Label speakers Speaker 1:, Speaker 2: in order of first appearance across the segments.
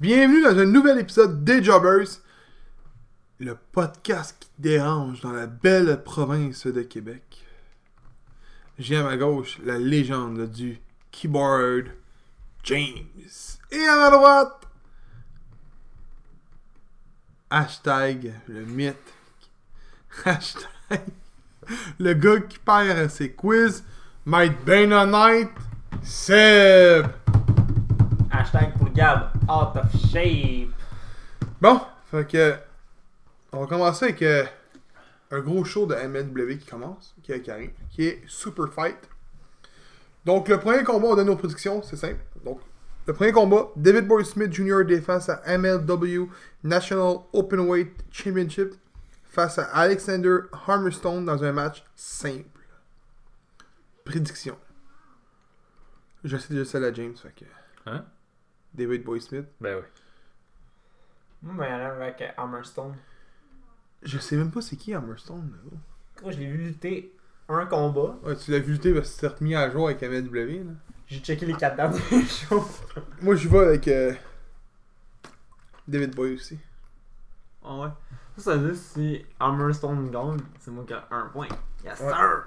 Speaker 1: Bienvenue dans un nouvel épisode des Jobbers, le podcast qui dérange dans la belle province de Québec. J'ai à ma gauche la légende du keyboard, James. Et à ma droite, hashtag le mythe, hashtag le gars qui perd ses quiz, Mike bien honnête, Seb.
Speaker 2: Hashtag pour Gab, out of shape.
Speaker 1: Bon, fait que. On va commencer avec euh, un gros show de MLW qui commence, qui, qui arrive, qui est Super Fight. Donc, le premier combat, on donne nos prédictions, c'est simple. Donc, le premier combat, David Boy Smith Jr. défend sa MLW National Openweight Championship face à Alexander Hammerstone dans un match simple. Prédiction. Je sais déjà celle à James, fait que
Speaker 3: Hein?
Speaker 1: David Boy Smith.
Speaker 3: Ben oui.
Speaker 2: Moi, mais là, avec euh, Hammerstone.
Speaker 1: Je sais même pas c'est qui Hammerstone, là.
Speaker 2: Gros, je l'ai vu lutter un combat.
Speaker 1: Ouais, tu l'as vu lutter parce que tu t'es remis à jour avec MLW. Là.
Speaker 2: J'ai checké les quatre derniers shows.
Speaker 1: Moi, je vais avec euh, David Boy aussi.
Speaker 2: Ah ouais. Ça, ça veut dire si Hammerstone gagne, c'est moi qui ai un point. Yes,
Speaker 1: Ouais.
Speaker 2: sir!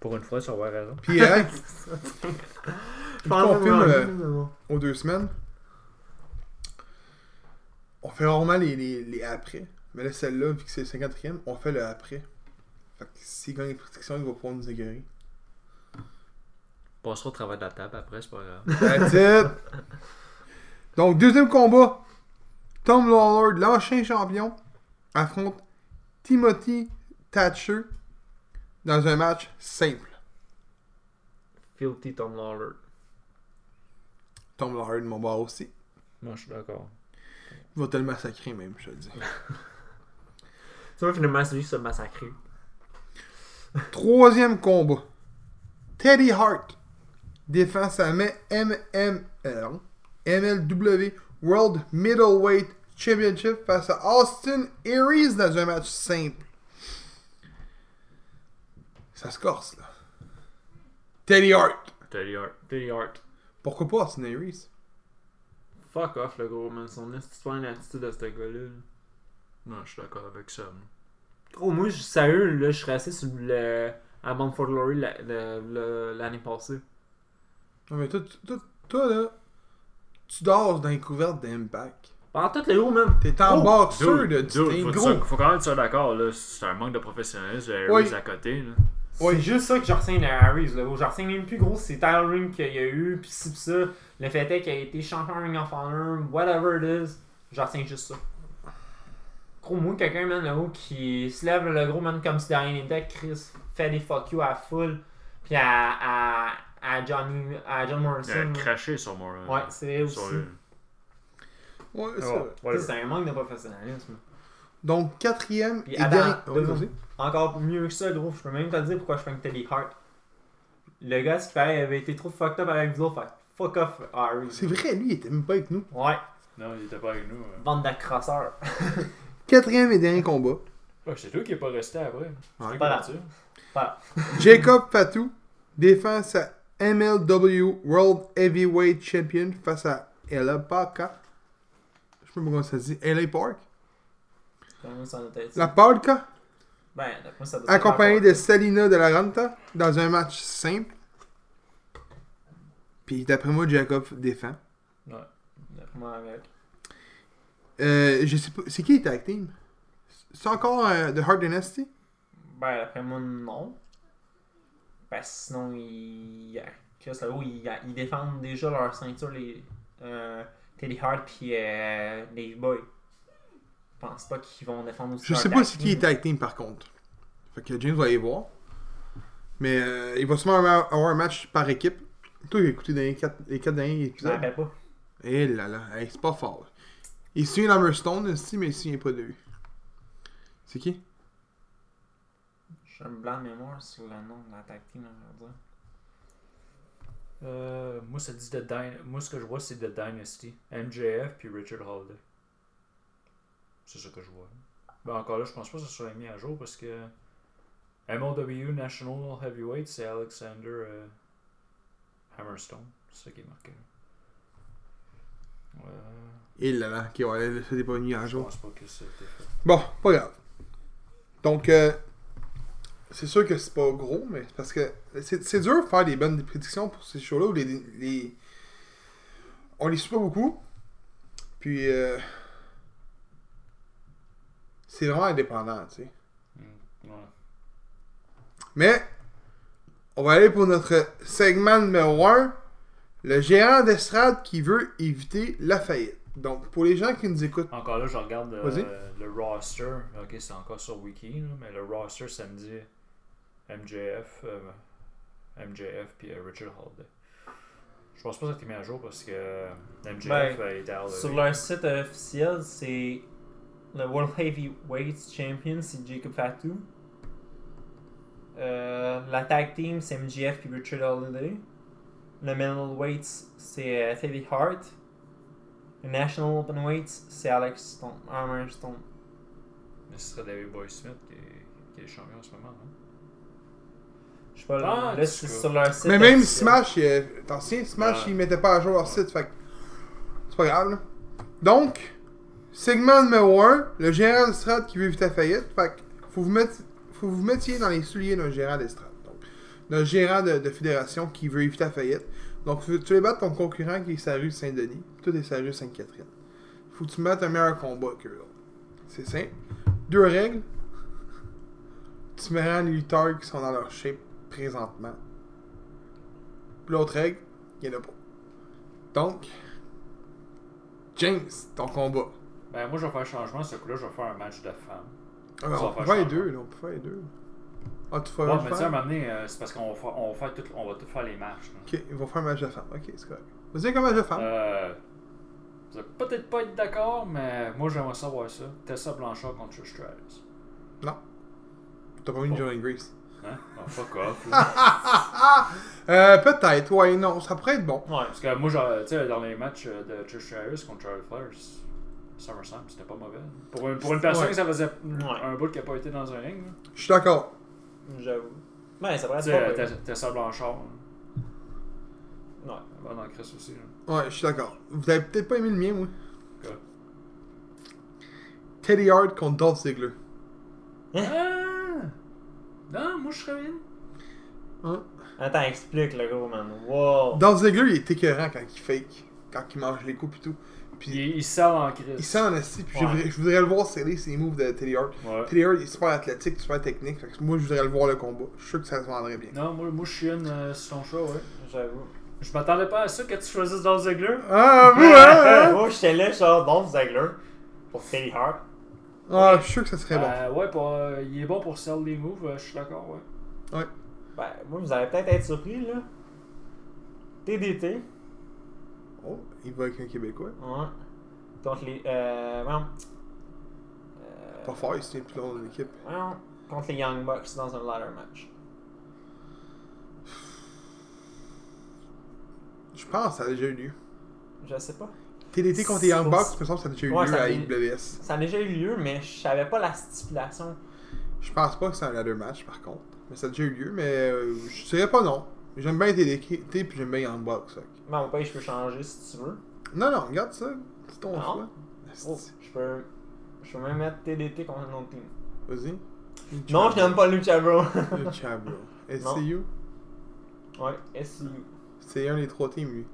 Speaker 3: Pour une fois, ça aurait raison.
Speaker 1: Puis, hein,
Speaker 2: Je pense
Speaker 1: confirme,
Speaker 2: vraiment,
Speaker 1: euh,
Speaker 2: vraiment.
Speaker 1: aux deux semaines, on fait rarement les, les, les après. Mais là, celle-là, vu que c'est le 50e, on fait le après. Fait que s'il gagne les prédictions, il va pouvoir nous égarer.
Speaker 3: Passera au travers de la table après, c'est pas grave.
Speaker 1: That's it. Donc, deuxième combat. Tom Lawlor, l'ancien champion, affronte Timothy Thatcher dans un match simple.
Speaker 2: Filthy Tom Lawler.
Speaker 1: Tom Lawlor de mon bord aussi.
Speaker 3: Moi, je suis d'accord.
Speaker 1: Il va te le massacrer même, je te le dis.
Speaker 2: Tu vois, finalement, c'est lui qui se massacré.
Speaker 1: Troisième combat. Teddy Hart défend sa main MM, euh, non, MLW World Middleweight Championship face à Austin Aries dans un match simple. Ça se corse, là. Teddy Hart.
Speaker 3: Teddy Hart. Teddy Hart.
Speaker 1: Pourquoi pas Austin Aries?
Speaker 2: Fuck off, le gros, man. Son histoire et l'attitude de ce gars-là. là.
Speaker 3: Non, je suis d'accord avec ça. moi.
Speaker 2: Gros, moi, je, sérieux, là, je suis resté sur le. À Bound for Glory la- le- le- l'année passée.
Speaker 1: Non, mais toi, toi- toi- toi, là, tu dors dans les couvertes d'Impact.
Speaker 2: Pendant tout le haut, man.
Speaker 1: T'es en
Speaker 2: Oh,
Speaker 1: boxeur, là.
Speaker 3: Dude,
Speaker 1: Tu t'es
Speaker 3: faut,
Speaker 1: gros.
Speaker 3: dire- faut quand même être d'accord, là. C'est un manque de professionnalisme. Harry's
Speaker 1: Oui.
Speaker 3: à côté, là.
Speaker 1: Ouais.
Speaker 2: C'est juste ça que je retiens à Harry's. Là. Je retiens même plus gros, c'est Tyler Ring qu'il y a eu, pis si pis ça. Le fait est qu'il a été champion Ring of Honor, whatever it is. Je retiens juste ça. Gros, moi, quelqu'un, man, là-haut, qui se lève le gros, man, comme si de rien n'était, Chris fait des fuck you à full, pis à, à, à Johnny, à John
Speaker 3: Il
Speaker 2: Morrison.
Speaker 3: a
Speaker 2: là.
Speaker 3: craché sur moi. là.
Speaker 2: ouais, c'est aussi.
Speaker 3: Sur lui.
Speaker 1: Ouais, c'est
Speaker 3: Oh,
Speaker 1: vrai.
Speaker 2: Tu sais,
Speaker 3: whatever.
Speaker 2: C'est un manque de professionnalisme.
Speaker 1: Donc, quatrième
Speaker 2: Puis
Speaker 1: et
Speaker 2: attends,
Speaker 1: dernier.
Speaker 2: deux
Speaker 1: Ouais,
Speaker 2: secondes.
Speaker 1: vas-y.
Speaker 2: Encore mieux que ça, gros, je peux même te dire pourquoi je fais un Teddy Hart. Le gars, ce qu'il fallait, il avait été trop fucked up avec vous autres, fait fuck off, Harry.
Speaker 1: C'est vrai, lui, il était même pas avec nous.
Speaker 2: Ouais,
Speaker 3: Non, il était pas avec nous. hein.
Speaker 2: bande d'accrosseurs.
Speaker 1: Quatrième et dernier combat.
Speaker 3: Ouais, Ah, c'est toi qui est pas resté après.
Speaker 1: Ouais.
Speaker 2: Voilà.
Speaker 1: Jacob Fatou défend sa MLW World Heavyweight Champion face à Ella Parka. Je sais pas comment ça se dit. LA Park.
Speaker 2: Comme moi, ça en était-
Speaker 1: La Parka,
Speaker 2: Ben, d'après moi, ça doit être
Speaker 1: accompagnée
Speaker 2: encore-
Speaker 1: de Salina de la Renta dans un match simple. Puis d'après moi, Jacob défend.
Speaker 2: D'après moi, avec.
Speaker 1: Euh, je sais pas. C'est qui les tag team? C'est encore euh, The Hard Dynasty?
Speaker 2: Ben, d'après moi, non. Ben, sinon, ils. Chris, là-haut, ils, ils défendent déjà leur ceinture, les. Euh, Teddy Hart pis euh, Dave Boy. Je pense pas qu'ils vont défendre aussi
Speaker 1: Je
Speaker 2: leur
Speaker 1: sais pas
Speaker 2: tag
Speaker 1: c'est
Speaker 2: team.
Speaker 1: qui est tag team par contre. Fait que James va aller voir. Mais euh, il va sûrement avoir avoir un match par équipe. Toi, j'ai écouté les 4 les quatre derniers
Speaker 2: Je m'en
Speaker 1: épisodes.
Speaker 2: rappelle ben, pas.
Speaker 1: Eh là là, hey, c'est pas fort. Il suit l'Hammerstone aussi, mais il suit pas de lui. C'est qui
Speaker 2: J'ai un blanc de mémoire sur le nom de la tag team, on va dire.
Speaker 3: Euh, moi, ça dit The Dyn- moi, ce que je vois, c'est The Dynasty. MJF puis Richard Holiday. C'est ça que je vois. Ben, encore là, je pense pas que ça soit mis à jour parce que MLW National Heavyweight, c'est Alexander euh, Hammerstone. C'est ça qui est marqué. Euh,
Speaker 1: Et Eh là là, ok, ouais, c'était pas mis à
Speaker 3: Je
Speaker 1: jour.
Speaker 3: pense pas que ça a été fait.
Speaker 1: Bon, pas grave. Donc, euh, c'est sûr que c'est pas gros, mais c'est parce que c'est c'est dur de faire des bonnes prédictions pour ces shows-là où les, les- on les suit pas beaucoup. Puis, euh, c'est vraiment indépendant, tu sais.
Speaker 3: Mm. Ouais.
Speaker 1: Mais, on va aller pour notre segment numéro 1. Le gérant d'estrade qui veut éviter la faillite. Donc, pour les gens qui nous écoutent,
Speaker 3: Encore là, je regarde euh,
Speaker 1: Vas-y.
Speaker 3: le roster. Ok, c'est encore sur Wiki, là, mais le roster samedi, MJF, euh, MJF puis euh, Richard Holiday. Je pense pas que ça a été mis à jour parce que euh, MJF
Speaker 2: Ben,
Speaker 3: euh, était à
Speaker 2: Sur
Speaker 3: Holiday.
Speaker 2: leur site officiel, c'est le World Heavyweight Champion, c'est Jacob Fatu. Euh, la tag team, c'est MGF et Richard Holiday. Le middleweight, c'est euh, Teddy Hart. Le national openweight, c'est Alex Stone, Armour Stone.
Speaker 3: Mais ce serait David Boy Smith qui est, qui est champion en ce moment. non?
Speaker 2: Je sais pas,
Speaker 3: Ah,
Speaker 2: là,
Speaker 3: en
Speaker 2: là, c'est
Speaker 3: tout cas.
Speaker 2: sur leur site.
Speaker 1: Mais même
Speaker 2: officiel.
Speaker 1: Smash, euh, t'en souviens, Smash,
Speaker 3: Ouais.
Speaker 1: ils mettaient pas à jour leur site, fait que c'est pas grave, là. Donc, segment numéro 1, le gérant d'estrade qui veut éviter la faillite, fait que faut vous, mettre, faut vous mettiez dans les souliers d'un gérant d'estrade. Donc, d'un gérant de, de fédération qui veut éviter la faillite. Donc, faut- tu les battre ton concurrent qui est sa rue Saint-Denis, toi t'es sa rue Sainte-Catherine. Faut que tu mettes un meilleur combat que l'autre. C'est simple. Deux règles. Tu me rends les lutteurs qui sont dans leur shape présentement. Puis l'autre règle, il y en a pas. Donc, James, ton combat.
Speaker 3: Ben, moi, je vais faire un changement. Ce coup-là, je vais faire un match de femmes.
Speaker 1: Ah, ben,
Speaker 3: Ça
Speaker 1: on
Speaker 3: va
Speaker 1: peut
Speaker 3: faire
Speaker 1: faire les
Speaker 3: ça.
Speaker 1: deux, là, on peut faire les deux. Ah, tu
Speaker 3: Ouais,
Speaker 1: feras
Speaker 3: mais
Speaker 1: le
Speaker 3: tu sais, à un
Speaker 1: faire?
Speaker 3: moment donné, euh, c'est parce qu'on va, faire- on va, faire tout- on va tout faire les matchs. là.
Speaker 1: Ok, ils vont faire un match de femme. Ok, c'est correct. Vas-y, avec un match de femme.
Speaker 3: Euh, vous allez peut-être pas être d'accord, mais moi j'aimerais savoir ça. Tessa Blanchard contre Trish Stratus.
Speaker 1: T'as pas mis
Speaker 3: bon.
Speaker 1: Johnny Grace.
Speaker 3: Hein? Ah, fuck off. là.
Speaker 1: Euh, peut-être, ouais, non, ça pourrait être bon.
Speaker 2: Ouais.
Speaker 3: Parce que moi, genre, tu sais, dans les matchs euh, de Trish Stratus contre Charlie Flair, c- SummerSlam, c'était pas mauvais. Pour une, pour une personne
Speaker 2: Ouais.
Speaker 3: que ça faisait
Speaker 2: Ouais.
Speaker 3: un bout qui a pas été dans un ring, là.
Speaker 1: Je suis d'accord.
Speaker 2: J'avoue. Ben, ça pourrait
Speaker 3: tu
Speaker 2: être
Speaker 3: sais,
Speaker 2: pas
Speaker 3: euh,
Speaker 2: pire.
Speaker 3: Tessa- Tessa Blanchard, là,
Speaker 2: Ouais.
Speaker 3: elle va dans Chris aussi. là.
Speaker 1: Ouais, je suis d'accord. Vous avez peut-être pas aimé le mien, moi.
Speaker 3: Quoi?
Speaker 1: Teddy Hart contre Dolph Ziggler.
Speaker 3: Ah! Non, moi je serais bien.
Speaker 1: Hein?
Speaker 2: Attends, explique le gros man. Wow.
Speaker 1: Dolph Ziggler, il est écœurant quand il fake, quand il mange les coups pis tout.
Speaker 3: Il,
Speaker 1: Puis
Speaker 3: il sort en Chris.
Speaker 1: il sent en esti, puis je
Speaker 3: Ouais.
Speaker 1: voudrais- je voudrais le voir serrer ses moves de Teddy Hart.
Speaker 3: Ouais.
Speaker 1: Teddy Hart il est super athlétique, super technique. Fait que moi, je voudrais le voir le combat. Je suis sûr que ça se vendrait bien.
Speaker 3: Non, moi, moi je suis une euh, sur ton choix, ouais.
Speaker 2: J'avoue.
Speaker 3: Je m'attendais pas à ça que tu choisisses Dolph Ziggler.
Speaker 1: Ah, vous, hein? hein?
Speaker 2: Moi, j'étais là, genre, Dolph Ziggler pour Teddy Hart.
Speaker 1: Ah, je suis sûr que ça serait bon.
Speaker 3: Euh, ouais, pour, euh, il est bon pour sell les moves, euh, je suis d'accord, ouais.
Speaker 2: Ben, moi, vous allez peut-être être surpris, là. TDT.
Speaker 1: Oh, il va avec un Québécois.
Speaker 2: Ouais. Contre les. Euh. voyons. Euh,
Speaker 1: Pas fort, c'est une plus longue équipe.
Speaker 2: voyons, Contre les Young Bucks dans un ladder match.
Speaker 1: Je pense que ça a déjà eu lieu.
Speaker 2: Je sais pas.
Speaker 1: TDT contre les Young
Speaker 2: C'est-
Speaker 1: Bucks, me semble que ça a déjà eu
Speaker 2: Ouais,
Speaker 1: lieu
Speaker 2: ça a
Speaker 1: à
Speaker 2: eu-
Speaker 1: IWS.
Speaker 2: Ça a déjà eu lieu, mais je savais pas la stipulation.
Speaker 1: Je pense pas que c'est un ladder match, par contre. Mais ça a déjà eu lieu, mais euh, je dirais pas non. J'aime bien TDT, puis j'aime bien Young Bucks. fait que-
Speaker 2: Ben, mon père, je peux changer si tu veux.
Speaker 1: Non, non, regarde ça. C'est ton
Speaker 2: Non.
Speaker 1: choix.
Speaker 2: Oh, je peux. Je peux même mettre TDT contre un autre team.
Speaker 1: Vas-y.
Speaker 2: Non, je n'aime pas Lucha Bro.
Speaker 1: Le Chabro. SCU.
Speaker 2: ouais, SCU.
Speaker 1: C'est un des trois teams, lui.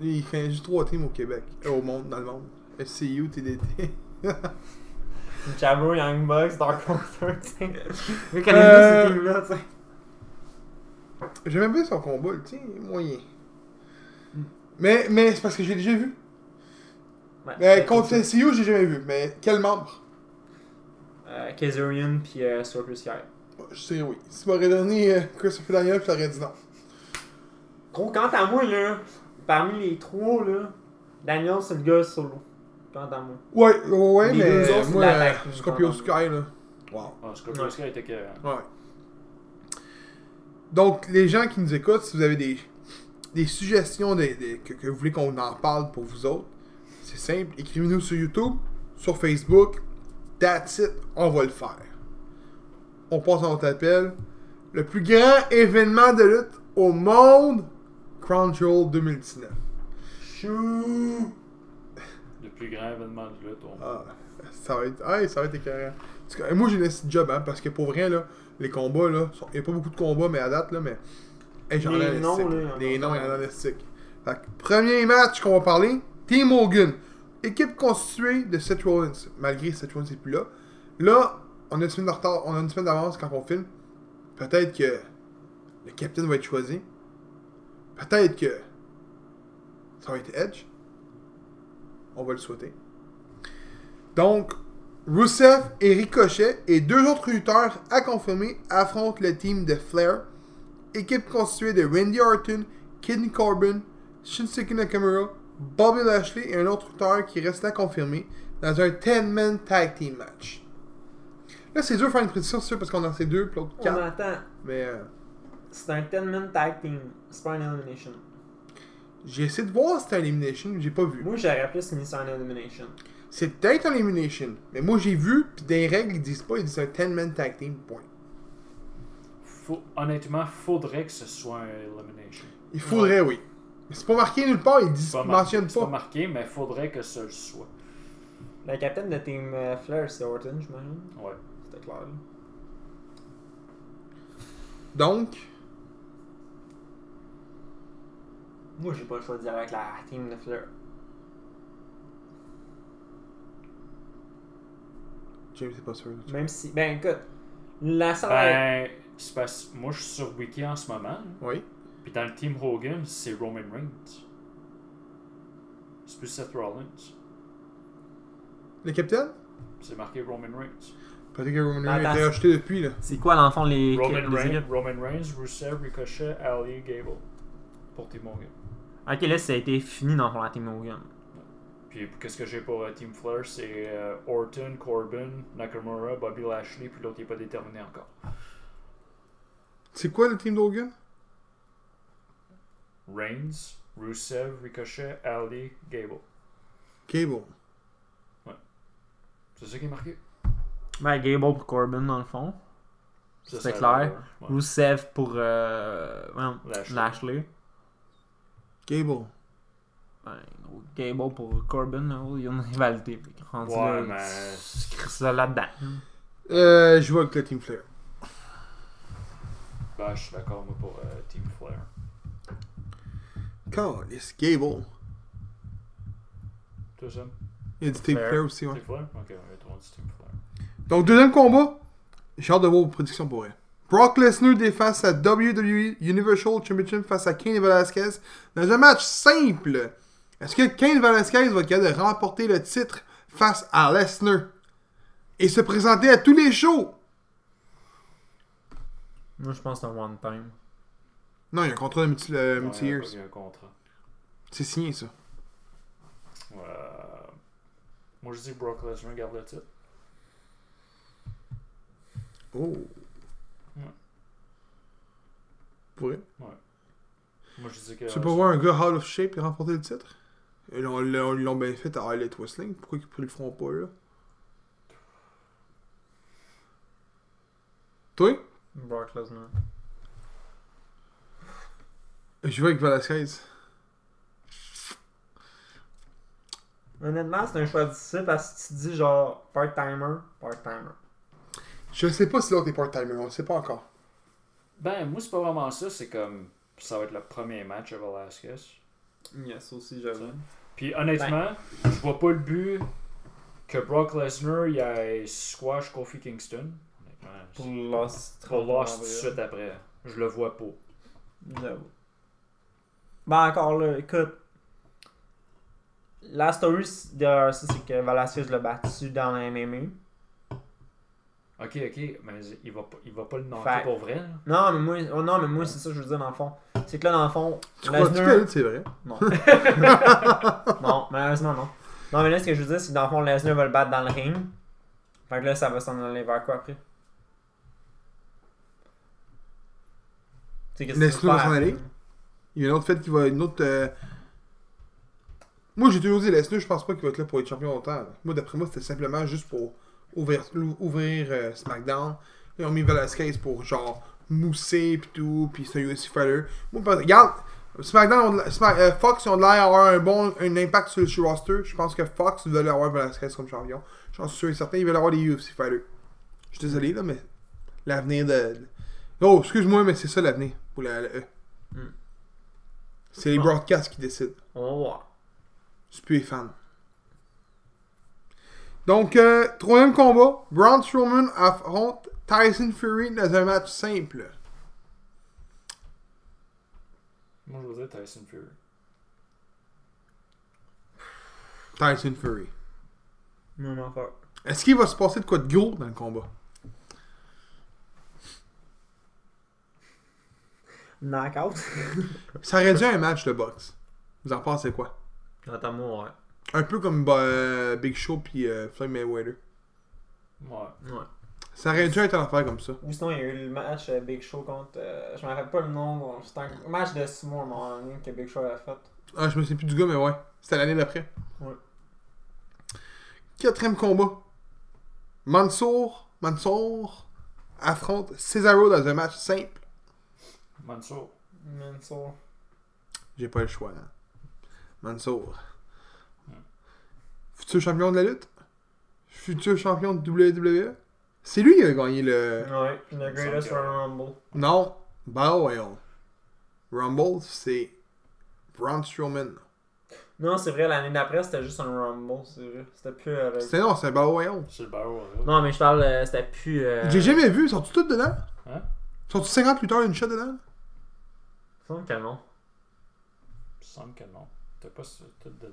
Speaker 1: Lui, il fait juste trois teams au Québec. Euh, au monde, dans le monde. FCU, TDT.
Speaker 2: Lucha Bro, Young Bucks, Dark Order, tu sais. Vu
Speaker 1: qu'elle aime bien ces
Speaker 2: là tu sais.
Speaker 1: J'aimais bien son combat, le tien, moyen.
Speaker 2: Hmm.
Speaker 1: Mais, mais c'est parce que j'ai déjà vu.
Speaker 2: ben,
Speaker 1: Mais contre FCU, j'ai jamais vu. Mais quel membre
Speaker 2: Euh, Kazarian puis euh, Scorpio Sky.
Speaker 1: Bah, Je sais, oui. Si tu m'aurais donné euh, Christopher Daniel, je t'aurais dit non.
Speaker 2: Gros, quant à moi, là, parmi les trois, là, Daniel, c'est le gars solo. Quant à moi.
Speaker 1: Ouais, ouais, ouais,
Speaker 2: Les
Speaker 1: mais
Speaker 2: deux autres,
Speaker 1: euh,
Speaker 2: c'est
Speaker 1: moi,
Speaker 2: la
Speaker 1: euh,
Speaker 2: tête,
Speaker 1: Scorpio
Speaker 2: nous entendons.
Speaker 1: Sky, là. Wow.
Speaker 3: Ah, Scorpio
Speaker 2: Ouais.
Speaker 3: Sky était que.
Speaker 1: Ouais. Donc, les gens qui nous écoutent, si vous avez des, des suggestions des- des- que, que vous voulez qu'on en parle pour vous autres, c'est simple. Écrivez-nous sur YouTube, sur Facebook. That's it, on va le faire. On passe à notre appel. Le plus grand événement de lutte au monde, Crown Jewel 2019.
Speaker 2: Chou!
Speaker 3: Le plus grand événement de lutte au monde.
Speaker 1: Ah, ça va être, ouais, ça va être écœurant. En tout cas, Moi, j'ai une petite job, hein, parce que pour vrai, là, les combats, là, sont- il n'y a pas beaucoup de combats, mais à date, là, mais. Hey, j'en ai
Speaker 2: Les
Speaker 1: un
Speaker 2: noms,
Speaker 1: élastique.
Speaker 2: là, il y en a
Speaker 1: Les noms, il y en
Speaker 2: pas.
Speaker 1: a un élastique. Fait que, premier match qu'on va parler, Team Hogan. Équipe constituée de Seth Rollins. Malgré Seth Rollins n'est plus là. Là, on a une semaine de retard, on a une semaine d'avance quand on filme. Peut-être que le capitaine va être choisi. Peut-être que ça va être Edge. On va le souhaiter. Donc, Rusev et Ricochet et deux autres lutteurs à confirmer affrontent le team de Flair, équipe constituée de Randy Orton, Kid Corbin, Shinsuke Nakamura, Bobby Lashley et un autre lutteur qui reste à confirmer dans un 10-man tag team match. Là, c'est dur de faire une prédiction, c'est sûr, parce qu'on en sait deux, puis l'autre
Speaker 2: On
Speaker 1: quatre.
Speaker 2: attend.
Speaker 1: Mais euh,
Speaker 2: C'est un 10-man tag team. C'est pas un elimination.
Speaker 1: j'ai essayé de voir si c'était un Elimination, mais j'ai pas vu.
Speaker 2: Moi, j'aurais plus mis ça en elimination.
Speaker 1: C'est peut-être un Elimination, mais moi j'ai vu, puis des règles ils disent pas, ils disent un 10-man tag team, point.
Speaker 3: Faut- honnêtement, faudrait que ce soit un elimination.
Speaker 1: Il faudrait, oui. Mais c'est pas marqué nulle part, ils disent,
Speaker 3: C'est pas
Speaker 1: ils
Speaker 3: marqué-
Speaker 1: mentionnent
Speaker 3: c'est
Speaker 1: pas.
Speaker 3: pas marqué, mais faudrait que ce le soit.
Speaker 2: Le capitaine de Team euh, Flair, c'est Orton, j'imagine.
Speaker 3: Ouais.
Speaker 2: C'était clair. là.
Speaker 1: Donc,
Speaker 2: Moi, j'ai pas le choix de dire avec la Team de Flair.
Speaker 1: James est pas sûr.
Speaker 2: Même si. Ben, écoute. La
Speaker 1: Ah.
Speaker 2: salle.
Speaker 3: Ben, c'est parce moi je suis sur Wiki en ce moment. hein.
Speaker 1: Oui.
Speaker 3: Puis dans le Team Hogan, c'est Roman Reigns. C'est plus Seth Rollins.
Speaker 1: Le capitaine
Speaker 3: C'est marqué Roman Reigns.
Speaker 1: Peut-être que Roman Reigns a
Speaker 2: Attends,
Speaker 1: été
Speaker 2: c'est-
Speaker 1: acheté depuis, là.
Speaker 2: C'est quoi, dans le fond, les.
Speaker 3: Roman, Reigns, Roman Reigns, Rusev, Ricochet, Ali, Gable. Pour Team Hogan.
Speaker 2: Ok, là, ça a été fini, dans le fond, la Team Hogan.
Speaker 3: Puis qu'est-ce que j'ai pour euh, Team Flair C'est euh, Orton, Corbin, Nakamura, Bobby Lashley, puis l'autre il n'est pas déterminé encore.
Speaker 1: C'est quoi le team d'Hogan
Speaker 3: Reigns, Rusev, Ricochet, Ali, Gable.
Speaker 1: Cable.
Speaker 3: C'est ça qui est marqué
Speaker 4: Ben, Gable pour Corbin, dans le fond.
Speaker 3: Ça,
Speaker 4: C'est
Speaker 3: ça,
Speaker 4: clair.
Speaker 3: ouais.
Speaker 4: Rusev pour euh, voyons,
Speaker 3: Lashley.
Speaker 4: Lashley.
Speaker 1: Cable.
Speaker 4: Ben, gros, Gable pour Corbin, là, il y a une rivalité. puis rendu
Speaker 3: Ouais,
Speaker 4: là,
Speaker 3: mais-
Speaker 4: tu- tu crisses ça là-dedans.
Speaker 1: Euh, je vois avec le team Flair.
Speaker 3: Ben, je suis d'accord, moi, pour euh, Team Flair.
Speaker 1: Calice, Cable.
Speaker 3: Toi, Sam
Speaker 1: Il y a du team
Speaker 4: Flair.
Speaker 1: Flair aussi, ouais.
Speaker 3: Team Flair Ok, on a trop dit Team Flair.
Speaker 1: Donc, deuxième combat. J'ai hâte de voir vos prédictions pour elle. Brock Lesnar défend sa WWE E Universal Championship face à Kane Velasquez dans un match simple. Est-ce que Kane Velasquez va être capable de remporter le titre face à Lesnar et se présenter à tous les shows?
Speaker 4: Moi, je pense que c'est un one time.
Speaker 1: Non, il y a un contrat de multi- euh,
Speaker 3: Non, il y a
Speaker 1: multi-years.
Speaker 3: pas eu un contrat.
Speaker 1: C'est signé, ça.
Speaker 3: Euh, Moi, je dis Brock Lesnar garde le titre.
Speaker 1: Oh.
Speaker 3: Ouais.
Speaker 1: Pour vrai?
Speaker 3: Moi, je dis que.
Speaker 1: Tu peux voir un gars Hall of Shape et remporter le titre? Et là, on l'a- on Ils l'ont bien fait à Highlight Wrestling. Pourquoi ils le feront pas, là? Toi?
Speaker 4: Brock Lesnar.
Speaker 1: Je vais avec Velasquez.
Speaker 2: Honnêtement, c'est un choix difficile parce que tu te dis genre part-timer, part-timer.
Speaker 1: Je sais pas si l'autre est part-timer, on le sait pas encore.
Speaker 3: Ben, moi, c'est pas vraiment ça. C'est comme. Ça va être le premier match à Velasquez.
Speaker 2: Yes, aussi,
Speaker 3: j'avoue. Puis, honnêtement, je vois pas le but que Brock Lesnar y aille squash Kofi Kingston. Honnêtement,
Speaker 2: Pour
Speaker 3: c'est-
Speaker 2: Lost.
Speaker 3: Pour Lost tout de suite après. Je le vois pas.
Speaker 2: J'avoue. Ben, encore là, écoute. La story derrière ça, c'est que Velasquez l'a battu dans la MMA.
Speaker 3: Ok, ok, mais il va pas, il va pas le manquer
Speaker 2: Fait-
Speaker 3: pour vrai. hein? là.
Speaker 2: Non, mais moi, oh non, mais moi c'est ça que je veux dire dans le fond. C'est que là, dans le fond,
Speaker 1: Tu crois tu
Speaker 2: Lesnar.
Speaker 1: que c'est vrai?
Speaker 2: Non. non, malheureusement, non. Non, mais là, ce que je veux dire, c'est que dans le fond, Lesnar va le battre dans le ring. Fait que là, ça va s'en aller vers quoi après Tu sais, qu'est-ce que tu veux
Speaker 1: Lesnar va
Speaker 2: faire?
Speaker 1: s'en aller? Il y a une autre fête qui va. Une autre. euh, Moi, j'ai toujours dit Lesnar, je pense pas qu'il va être là pour être champion longtemps. là. Moi, d'après moi, c'était simplement juste pour ouvrir, ouvrir euh, SmackDown. Ils ont mis Velasquez pour genre mousser pis tout, pis c'est un UFC fighter. Moi, je pense- regarde, SmackDown, ont de la- Smack- euh, Fox, ils ont de l'air d'avoir un bon un impact sur le show roster. Je pense que Fox veulent avoir Velasquez comme champion. J'en suis sûr et certain, ils veulent avoir des UFC fighters. Je suis désolé, là, mais l'avenir de. Oh, excuse-moi, mais c'est ça l'avenir pour la, la E.
Speaker 2: Hmm.
Speaker 1: C'est les
Speaker 2: Bon.
Speaker 1: broadcasts qui décident.
Speaker 2: On va voir.
Speaker 1: C'est plus les fans. Donc, euh, troisième combat. Braun Strowman affronte Tyson Fury dans un match simple.
Speaker 3: Moi, je veux dire Tyson Fury.
Speaker 1: Tyson Fury.
Speaker 2: Non, non, pas.
Speaker 1: Est-ce qu'il va se passer de quoi de gros dans le combat?
Speaker 2: Knockout.
Speaker 1: Ça aurait dû être un match de boxe. Vous en pensez quoi?
Speaker 2: Notamment, ouais.
Speaker 1: Un peu comme euh, Big Show puis euh, Floyd Mayweather.
Speaker 3: Ouais.
Speaker 2: ouais.
Speaker 1: Ça aurait dû être un affaire comme ça.
Speaker 2: Ou sinon, il y a eu le match euh, Big Show contre. euh, je me rappelle pas le nom. bon, C'était un match de sumo à un moment donné que Big Show avait fait.
Speaker 1: Ah, je me souviens plus du gars, mais ouais. C'était l'année d'après.
Speaker 2: Ouais.
Speaker 1: Quatrième combat. Mansour, Mansour affronte Cesaro dans un match simple.
Speaker 3: Mansour.
Speaker 2: Mansour.
Speaker 1: J'ai pas le choix. hein. Mansour.
Speaker 3: Mm.
Speaker 1: Futur champion de la lutte. Futur champion de WWE. C'est lui qui a gagné le...
Speaker 2: Ouais, le Greatest
Speaker 3: semble que-
Speaker 2: Royal Rumble.
Speaker 1: Non. Battle Royale. Rumble, c'est Braun Strowman.
Speaker 2: Non, c'est vrai, l'année d'après, c'était juste un Rumble, c'est vrai. C'était plus. euh, le-
Speaker 1: C'était non, c'est un Battle Royale.
Speaker 3: C'est le barreau.
Speaker 2: Non, mais je parle, euh, c'était plus. Euh...
Speaker 1: J'ai jamais vu. Sont-tu tous dedans?
Speaker 3: Hein?
Speaker 1: Sont-tu 50 lutteurs une shot dedans?
Speaker 2: Son canon.
Speaker 3: Il me semble que non. T'as pas ce- tout dedans.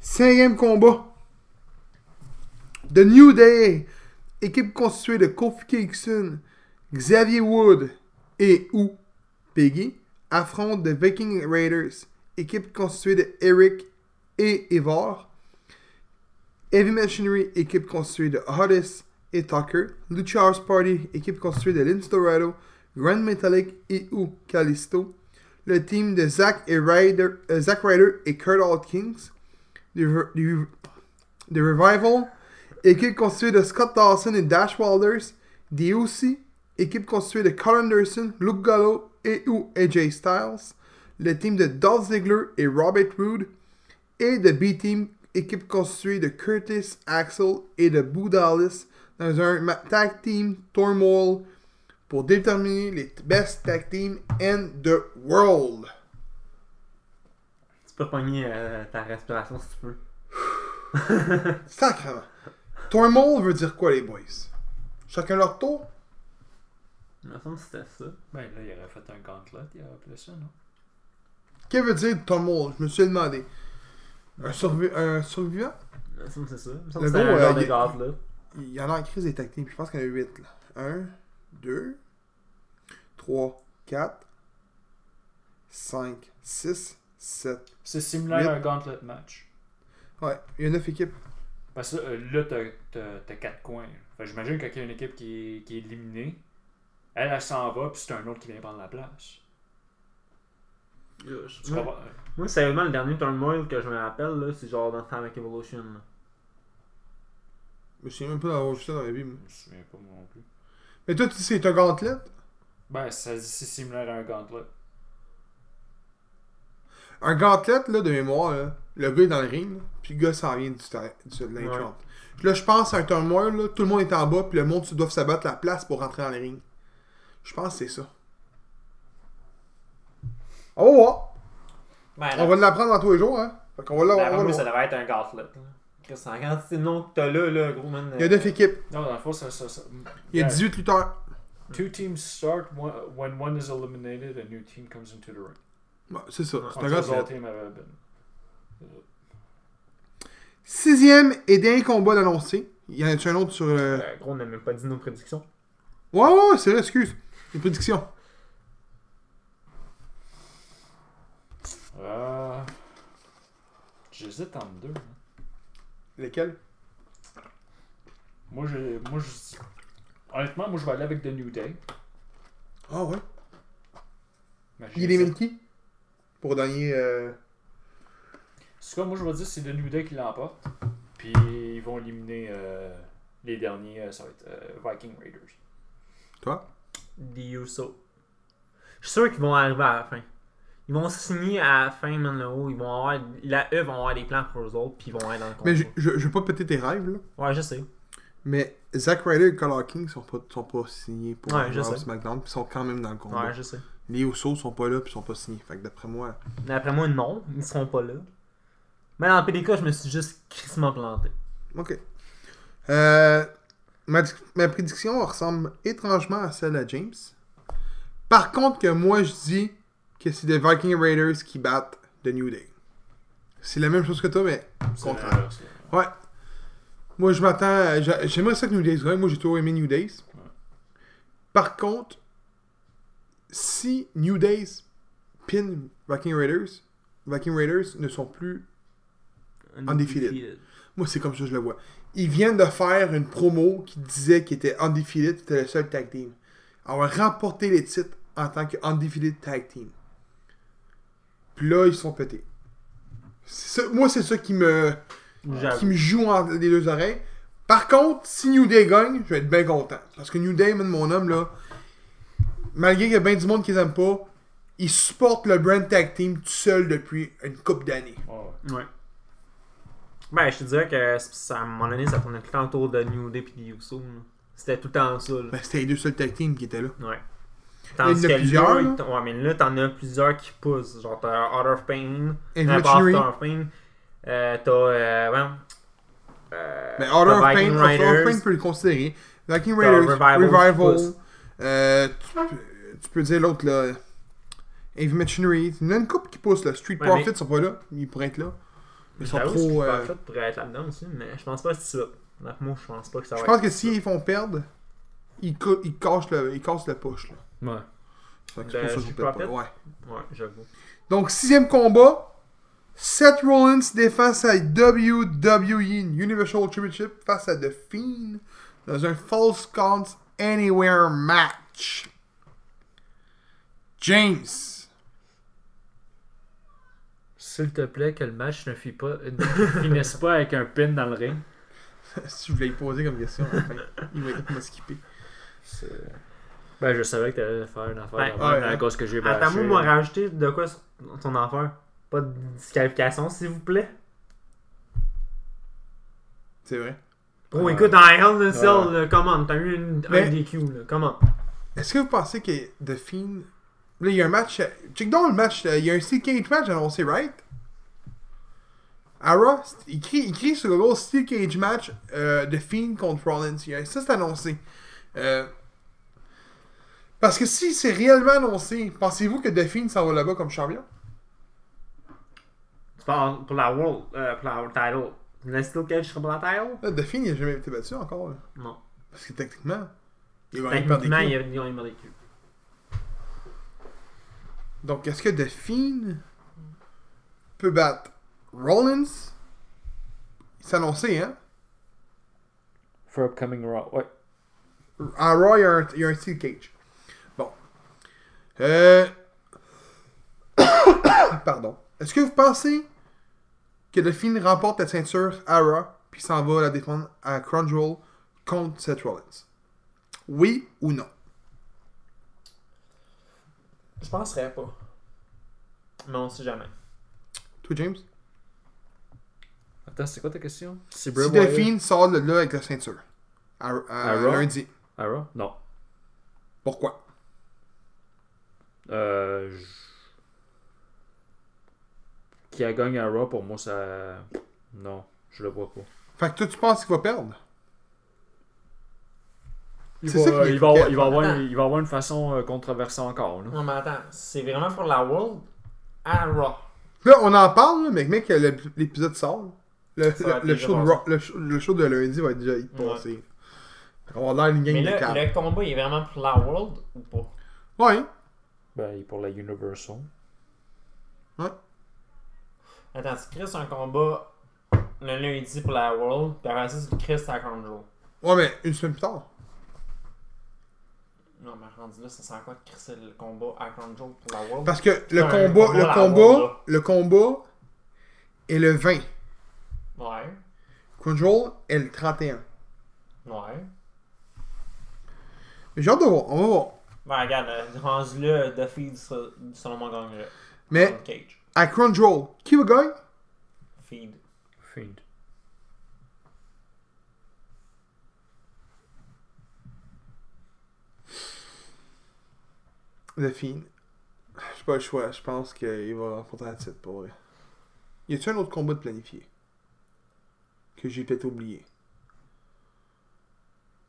Speaker 1: Cinquième combat. The New Day. Équipe constituée de Kofi Kingston, Xavier Wood et ou Peggy affrontent The Viking Raiders. Équipe constituée de Eric et Ivar. Heavy Machinery, équipe constituée de Otis et Tucker. Lucha House Party, équipe constituée de Lince Dorado, Grand Metallic et ou Callisto. Le team de Zack et Ryder, euh, Zack Ryder et Kurt Hawkins du, du, du Revival, équipe constituée de Scott Dawson et Dash Wilders, DOC, équipe constituée de Carl Anderson, Luke Gallo et ou AJ Styles, le team de Dolph Ziggler et Robert Roode, et de B-Team, équipe constituée de Curtis Axel et de Boo Dallas dans un ma- tag team turmoil pour déterminer les t- best tag team in the world.
Speaker 2: Tu peux pogner euh, ta respiration si tu veux.
Speaker 1: Sacrement. Turmoil veut dire quoi, les boys? Chacun leur tour?
Speaker 2: Il me semble que c'était ça.
Speaker 3: Ben là, il aurait fait un gauntlet, il aurait appelé ça, non?
Speaker 1: Qu'est-ce que veut dire turmoil? Je me suis demandé. Un, survi- un survivant?
Speaker 2: Il me semble que c'est ça. Il me semble
Speaker 1: Le
Speaker 2: que c'était
Speaker 1: gros,
Speaker 2: un
Speaker 1: euh,
Speaker 2: genre de
Speaker 1: il-
Speaker 2: garde, là.
Speaker 1: Il y en a en crise des tactiles. Je pense qu'il y en a 8. Là. 1, 2, 3, 4, 5, 6, 7.
Speaker 3: C'est similaire
Speaker 1: Huit.
Speaker 3: à un gauntlet match.
Speaker 1: Ouais, il y a 9 équipes.
Speaker 3: Parce que euh, là, t'as- t'as- t'as quatre coins. Fait que j'imagine que quand il y a une équipe qui est, qui est éliminée, elle, elle s'en va, puis c'est un autre qui vient prendre la place. Tu
Speaker 2: Moi,
Speaker 3: comprends?
Speaker 2: moi, sérieusement, le dernier turmoil que je me rappelle, là, c'est genre dans Time Evolution. là.
Speaker 1: Je me souviens même pas d'avoir vu ça dans ma vie. moi.
Speaker 3: Je me souviens pas moi non plus.
Speaker 1: Mais toi, tu dis c'est un gantelet?
Speaker 3: Ben, ça dit c'est similaire à un gauntlet.
Speaker 1: Un gantelet, là, de mémoire, là, le gars est dans le ring, là, puis le gars s'en vient du, ter- du- de
Speaker 2: Ouais.
Speaker 1: l'enchant. Là, je pense à un turmoil, là, tout le monde est en bas, puis le monde se doit s'abattre la place pour rentrer dans le ring. Je pense que c'est ça. On va voir.
Speaker 2: Ben,
Speaker 1: On va l'apprendre dans tous les jours, hein. Fait qu'on va l'a-
Speaker 2: la-
Speaker 1: on
Speaker 2: ben,
Speaker 1: va le
Speaker 2: moi, ça
Speaker 1: voir.
Speaker 2: devait être un gauntlet. là. Chris, en quantité de noms que t'as là, là, gros man.
Speaker 1: Il y a neuf équipes.
Speaker 3: Non, dans le fond, ça. ça, ça-
Speaker 1: Il y a
Speaker 3: Ben,
Speaker 1: 18 lutteurs.
Speaker 3: Two teams start one- when one is eliminated, a new team comes into the ring.
Speaker 1: Ouais, c'est ça. C'est un
Speaker 3: Entre les
Speaker 1: gantelet.
Speaker 3: autres teams avaient been.
Speaker 1: Sixième et dernier combat d'annoncé. Il y en a un autre sur le.
Speaker 2: Euh, gros, on n'a même pas dit nos prédictions.
Speaker 1: Ouais, ouais, ouais, c'est vrai, excuse. Les prédictions.
Speaker 3: Euh, J'hésite entre deux. hein.
Speaker 1: Lesquels
Speaker 3: Moi, je, moi je, honnêtement, moi, je vais aller avec The New Day.
Speaker 1: Ah ouais.
Speaker 3: Mais
Speaker 1: Il élimine
Speaker 3: j'hésite.
Speaker 1: qui Pour dernier. euh,
Speaker 3: C'est quoi, moi, je vais dire c'est The New Day qui l'emporte. Puis ils vont éliminer euh, les derniers, euh, ça va être euh, Viking Raiders.
Speaker 1: Toi
Speaker 2: The Uso. Je suis sûr qu'ils vont arriver à la fin. Ils vont signer à la fin, man, là-haut. Ils vont avoir. La E vont avoir des plans pour eux autres, puis ils vont être dans le contrat.
Speaker 1: Mais je, je, je veux pas péter tes rêves, là.
Speaker 2: Ouais, je sais.
Speaker 1: Mais Zack Ryder et Color King sont pas, sont pas signés pour
Speaker 2: Ouais, je
Speaker 1: Raw,
Speaker 2: sais.
Speaker 1: SmackDown, puis sont quand même dans le combat.
Speaker 2: Ouais, je sais.
Speaker 1: Les Usos sont pas là, puis sont pas signés. Fait que d'après moi,
Speaker 2: D'après moi, non, ils seront pas là. Mais dans le PDK, je me suis juste crissement planté.
Speaker 1: ok. Euh, ma, di- ma prédiction ressemble étrangement à celle à James. Par contre, que moi je dis que c'est des Viking Raiders qui battent The New Day. C'est la même chose que toi, mais contraire.
Speaker 3: l'inverse, là.
Speaker 1: Ouais. Moi, je m'attends. à- j'a- J'aimerais ça que New Days gagne. Moi, j'ai toujours aimé New Days.
Speaker 3: Ouais.
Speaker 1: Par contre, si New Days pin Viking Raiders, Viking Raiders ne sont plus. Undefeated. Moi, c'est comme ça que je le vois. Ils viennent de faire une promo qui disait qu'ils étaient undefeated, c'était le seul tag team. Avoir remporté les titres en tant que undefeated tag team. Puis là, ils sont pétés. C'est ça- moi, c'est ça qui me qui
Speaker 2: J'avoue.
Speaker 1: me joue entre les deux oreilles. Par contre, si New Day gagne, je vais être bien content. Parce que New Day, man, mon homme, là, malgré qu'il y a bien du monde qui les aime pas, ils supportent le brand tag team tout seul depuis une couple d'années.
Speaker 3: Ouais.
Speaker 2: Ouais. Ben, je te dirais que c'est- à un moment donné, ça tournait tout le temps autour de New Day pis des Usos. là. C'était tout le temps ça, là.
Speaker 1: Ben, c'était les deux seuls tag team qui étaient là.
Speaker 2: Ouais.
Speaker 1: Il y en a plusieurs,
Speaker 2: là,
Speaker 1: là.
Speaker 2: t'en- ouais, mais là, t'en as plusieurs qui poussent. Genre, t'as Out of Pain,
Speaker 1: Et
Speaker 2: t'as
Speaker 1: Machinery.
Speaker 2: Out of Pain, euh, t'as. Euh, ouais, euh,
Speaker 1: Mais Ben, Order of
Speaker 2: t'as
Speaker 1: Pain,
Speaker 2: Viking
Speaker 1: Order of Pain
Speaker 2: Riders.
Speaker 1: peut le considérer. Viking
Speaker 2: T'as
Speaker 1: Raiders,
Speaker 2: Revival,
Speaker 1: Revival,
Speaker 2: tu pousses.
Speaker 1: euh, tu, peux- tu peux dire l'autre là, Heavy Machinery. Il y en a une couple qui pousse là. Street
Speaker 2: Ouais,
Speaker 1: Profits
Speaker 2: mais-
Speaker 1: sont pas là, ils pourraient être là. Ils sont
Speaker 2: J'avoue,
Speaker 1: trop.
Speaker 2: Street
Speaker 1: euh,
Speaker 2: Profit pourrait être là-dedans aussi, mais je pense pas que c'est ça. Donc, moi, je pense pas que ça va
Speaker 1: Je
Speaker 2: être
Speaker 1: pense que
Speaker 2: ça.
Speaker 1: s'ils font perdre, ils, cou- ils cassent le, ils cassent le push. Là.
Speaker 3: Ouais.
Speaker 1: Fait que
Speaker 2: Ben,
Speaker 1: c'est pour ça que
Speaker 2: je
Speaker 1: je
Speaker 2: suis
Speaker 1: peux pas.
Speaker 2: pas prêt.
Speaker 1: Ouais.
Speaker 2: Ouais, j'avoue.
Speaker 1: Donc, sixième combat. Seth Rollins défend sa WWE Universal Championship face à The Fiend dans un False Counts Anywhere match. James.
Speaker 3: S'il te plaît, que le match ne, fit pas, ne finisse pas avec un pin dans le ring.
Speaker 1: si je voulais y poser comme question, à la fin, il va il m'a skippé.
Speaker 3: C'est- Ben, je savais que t'allais faire une affaire
Speaker 2: Ouais.
Speaker 3: d'abord,
Speaker 1: Ouais,
Speaker 3: mais à
Speaker 1: ouais.
Speaker 3: cause que j'ai bâché.
Speaker 2: Ben, Attends-moi, moi, rajouter de quoi sur ton affaire. Pas de disqualification, s'il vous plaît.
Speaker 1: C'est vrai.
Speaker 2: Bro,
Speaker 3: Ouais.
Speaker 2: écoute, dans Hell in a Cell,
Speaker 3: Ouais.
Speaker 2: là, comment T'as eu une,
Speaker 1: Mais-
Speaker 2: un DQ, là, comment
Speaker 1: Est-ce que vous pensez que The Fiend. Là, il y a un match. euh, Check donc le match. euh, Il y a un Steel Cage match annoncé, right? Ara, il crie, il crie sur Google Steel Cage match euh, The Fiend contre Rollins. Il y a- Ça, c'est annoncé. Euh, parce que si c'est réellement annoncé, pensez-vous que The Fiend s'en va là-bas comme champion?
Speaker 2: Tu parles pour la World, euh, pour la World Title. Le Steel Cage serait pour la Title
Speaker 1: Là, The Fiend, il a jamais été battu encore. là.
Speaker 2: Non.
Speaker 1: Parce que techniquement, il va perdre des
Speaker 2: Techniquement,
Speaker 1: coups.
Speaker 2: il y a une guerre des culs.
Speaker 1: Donc, est-ce que The Fiend peut battre Rollins? C'est annoncé, hein?
Speaker 3: For Upcoming Raw, ouais.
Speaker 1: En Raw, il y a un, il y a un steel cage. Bon. Euh... Pardon. Est-ce que vous pensez que The Fiend remporte la ceinture à Raw puis s'en va la défendre à Crown Jewel contre Seth Rollins? Oui ou non?
Speaker 2: Je penserais pas. Mais on sait jamais.
Speaker 1: Toi, James?
Speaker 3: Attends, c'est quoi ta question? C'est
Speaker 1: Si The Fiend sort de là avec la ceinture à, à
Speaker 3: À Raw?
Speaker 1: lundi,
Speaker 3: À Raw? Non.
Speaker 1: pourquoi?
Speaker 3: Euh, je- Qui a gagné à Raw, pour moi, ça... Non, je le vois pas.
Speaker 1: Fait que toi, tu penses qu'il va perdre?
Speaker 3: Il
Speaker 1: C'est
Speaker 3: va,
Speaker 1: ça qui est
Speaker 3: euh, il va avoir-
Speaker 1: cool.
Speaker 3: il va avoir,
Speaker 2: Attends.
Speaker 3: une- il va avoir une façon euh, controversée encore. là.
Speaker 2: Non, mais attends, c'est vraiment pour la World à Raw.
Speaker 1: Là, on en parle, là, mais mec, le- l'épisode sort. Le,
Speaker 2: Ça va
Speaker 1: le-
Speaker 2: être
Speaker 1: le
Speaker 2: déjà
Speaker 1: show de
Speaker 2: passé.
Speaker 1: Ra- le, show- le show de lundi va déjà y passer. On va l'air une
Speaker 2: Mais
Speaker 1: gang de
Speaker 2: là,
Speaker 1: cartes.
Speaker 2: le combat, il est vraiment pour la World ou pas
Speaker 1: Ouais.
Speaker 3: Ben, il est pour la Universal.
Speaker 2: Attends, tu crées un combat le lundi pour la World, puis après ça, tu crées à Crown Jewel.
Speaker 1: Ouais, mais une semaine plus tard.
Speaker 2: Non, mais rendu là, ça sert à quoi de crisser le combat à Crown Jewel pour la World
Speaker 1: Parce que le
Speaker 2: Ouais,
Speaker 1: combat,
Speaker 2: on
Speaker 1: le
Speaker 2: va
Speaker 1: combat,
Speaker 2: l'avoir,
Speaker 1: le combat est le 20.
Speaker 2: Ouais,
Speaker 1: Control est le 31.
Speaker 2: ouais.
Speaker 1: Mais J'ai hâte de voir, on va voir.
Speaker 2: euh, Ben regarde, euh, rendu là, Duffy, selon moi, gagnerait.
Speaker 1: Mais
Speaker 2: Cage.
Speaker 1: à Crunch Roll, qui va gagner
Speaker 2: Feed.
Speaker 3: Fiend.
Speaker 1: The Fiend. J'ai pas le choix. Je pense qu'il va rencontrer la titre pour vrai. Y a-tu un autre combat de planifié Que j'ai peut-être oublié.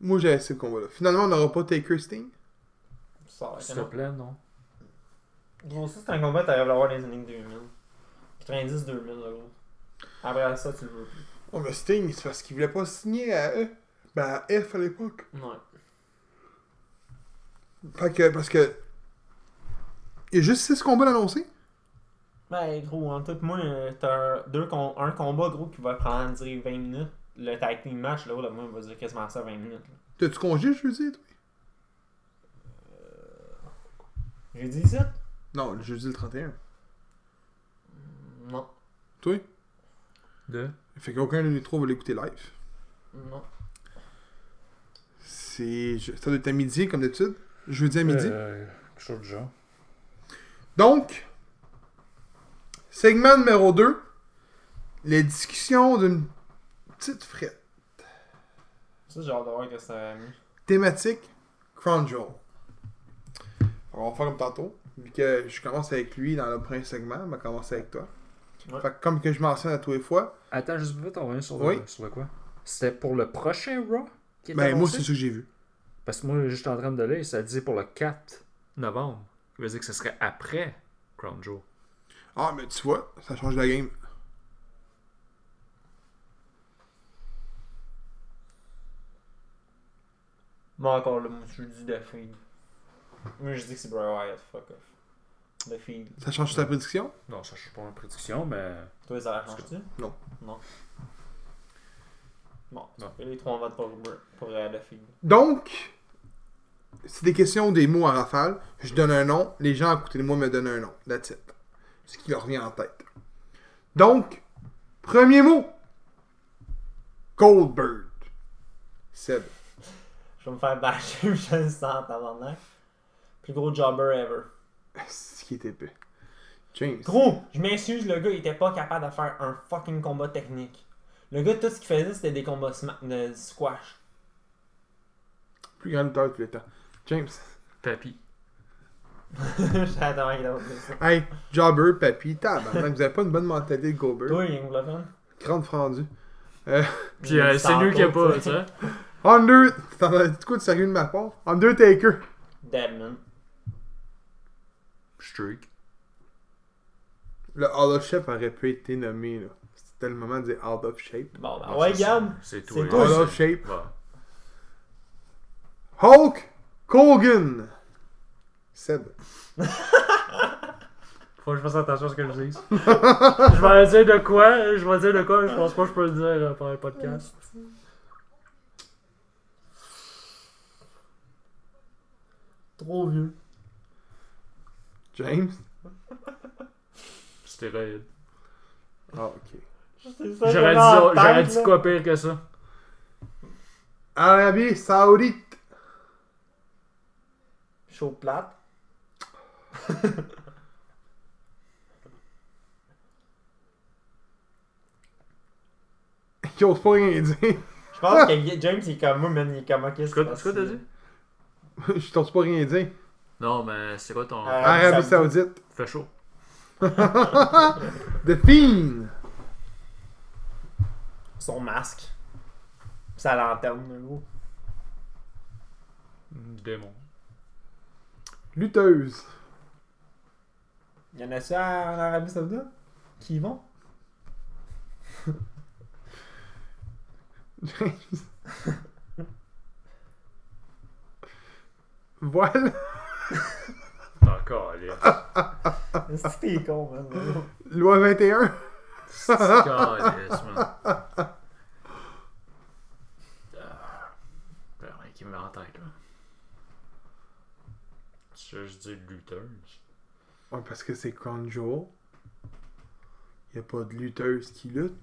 Speaker 1: Moi, j'ai assez de combat-là. Finalement, on n'aura pas Taker Sting.
Speaker 2: Ça
Speaker 3: S'il te
Speaker 2: va
Speaker 3: plaît, non.
Speaker 2: Gros, ça, c'est un combat que t'arrives à l'avoir dans les années 2000. 90-2000, là, gros. Après ça, tu le veux plus.
Speaker 1: Oh, mais Sting, c'est parce qu'il voulait pas signer à E. Ben, à F à l'époque.
Speaker 2: Ouais.
Speaker 1: Fait que, parce que. Il y a juste 6 combats annoncés.
Speaker 2: Ben, gros, en tout, moi, euh, t'as un, deux com- un combat, gros, qui va prendre, dirais, 20 minutes. Le tag team match, là, là, moi, il va dire quasiment ça 20 minutes. là.
Speaker 1: T'as-tu congé, jeudi, toi
Speaker 2: J'ai dit ça?
Speaker 1: Non, le jeudi le 31.
Speaker 2: Non.
Speaker 1: Toi
Speaker 3: Deux.
Speaker 1: Fait qu'aucun de nous trois va l'écouter live.
Speaker 2: Non.
Speaker 1: C'est. je- Ça doit être à midi, comme d'habitude. Jeudi à midi.
Speaker 3: Euh, quelque chose de genre.
Speaker 1: Donc, segment numéro 2, les discussions d'une petite frette.
Speaker 2: Ça, j'ai hâte de voir que ça mis.
Speaker 1: Thématique, Crunchyroll. On va faire comme tantôt, vu que je commence avec lui dans le premier segment, on va commencer avec toi.
Speaker 2: Ouais.
Speaker 1: Fait que comme que je mentionne à tous les fois,
Speaker 3: Attends, juste vite, on revient sur le,
Speaker 1: Oui.
Speaker 3: sur le quoi C'était pour le prochain Raw qui était
Speaker 1: ben moi
Speaker 3: annoncé?
Speaker 1: c'est ce que j'ai vu.
Speaker 3: Parce que moi, j'étais en train de lire, ça disait pour le 4 novembre. Ça veut dire que ce serait après Crown Joe.
Speaker 1: Ah, mais tu vois, ça change la game.
Speaker 2: Moi, encore, là, moi, je dis The Fiend. Moi, je dis que c'est Bray Wyatt, fuck off. The Fiend.
Speaker 1: Ça change ta prédiction.
Speaker 3: Non, ça change pas ma prédiction, mais.
Speaker 2: Toi, ça la change-tu?
Speaker 1: Non.
Speaker 2: Non. Bon,
Speaker 3: Non.
Speaker 2: et les trois, on vote pour, Br- pour euh, The Fiend.
Speaker 1: Donc, c'est des questions des mots à rafale. Je donne un nom, les gens à côté de moi me donnent un nom. That's it. Ce qui leur vient en tête. Donc, premier mot. Goldberg. Seb.
Speaker 2: Je vais me faire bâcher Michel Stant avant de Plus gros jobber ever.
Speaker 1: Ce qui est épais. James.
Speaker 2: Gros, je m'excuse, le gars, il était pas capable de faire un fucking combat technique. Le gars, tout ce qu'il faisait, c'était des combats sma- de squash.
Speaker 1: Plus grand lutteur de tous les temps. James.
Speaker 3: Papy.
Speaker 2: J'attends qu'il a dit ça.
Speaker 1: Hey, Jobber, Papy, tabarnak. vous avez pas une bonne mentalité de Goldberg.
Speaker 2: Toi, Young Bluffin.
Speaker 1: Grande fendue.
Speaker 3: Puis euh, c'est nul qu'il n'y a pas, tu sais.
Speaker 1: Under. T'en as dit quoi de sérieux de ma part? Undertaker.
Speaker 2: Deadman.
Speaker 3: Streak.
Speaker 1: Le Hall of Shape aurait pu être nommé, là. C'était le moment de dire Out of Shape.
Speaker 2: Bon, ben,
Speaker 3: Non,
Speaker 2: ouais,
Speaker 3: ça,
Speaker 2: Gab.
Speaker 3: C'est tout.
Speaker 2: C'est
Speaker 3: hein.
Speaker 2: toi.
Speaker 1: Out
Speaker 2: Ouais,
Speaker 1: of Shape.
Speaker 3: Bon.
Speaker 1: Hulk Hogan. Seb.
Speaker 4: Faut que je fasse attention à ce que je dis. je vais dire de quoi, je vais dire de quoi, je pense pas que je peux le dire euh, pendant le podcast.
Speaker 2: Trop vieux.
Speaker 1: James.
Speaker 3: Stéroïde.
Speaker 1: Ah, ok.
Speaker 2: C'est ça, j'avais
Speaker 4: J'aurais dit,
Speaker 2: en tête,
Speaker 4: j'aurais dit
Speaker 2: là.
Speaker 4: quoi pire que ça.
Speaker 1: Arabie Saoudite.
Speaker 2: Chaud plate.
Speaker 1: J'ose pas rien dire.
Speaker 2: Je pense que James, il est comme moi, man. Il est comme, ok, c'est
Speaker 3: C'est quoi c'est quoi t'as dit
Speaker 1: Je t'ose pas rien dire.
Speaker 3: Non, mais c'est quoi ton.
Speaker 2: Euh,
Speaker 1: Arabie
Speaker 2: Saoudite.
Speaker 1: Saoudite.
Speaker 3: Fait chaud.
Speaker 1: The Fiend.
Speaker 2: Son masque. Pis sa lanterne, gros.
Speaker 3: Démon.
Speaker 1: Lutteuse.
Speaker 2: Il y en a-tu à- en Arabie Saoudite Qui y vont
Speaker 1: James. voilà.
Speaker 3: Encore, allez.
Speaker 2: C'est t'es con, man.
Speaker 1: Loi 21.
Speaker 3: Calice, man. Ah. Ben, ouais, qui me met en tête, là. Je, je dis lutteuse.
Speaker 1: Ouais, parce que c'est Conjo. Y a pas de lutteuse qui lutte.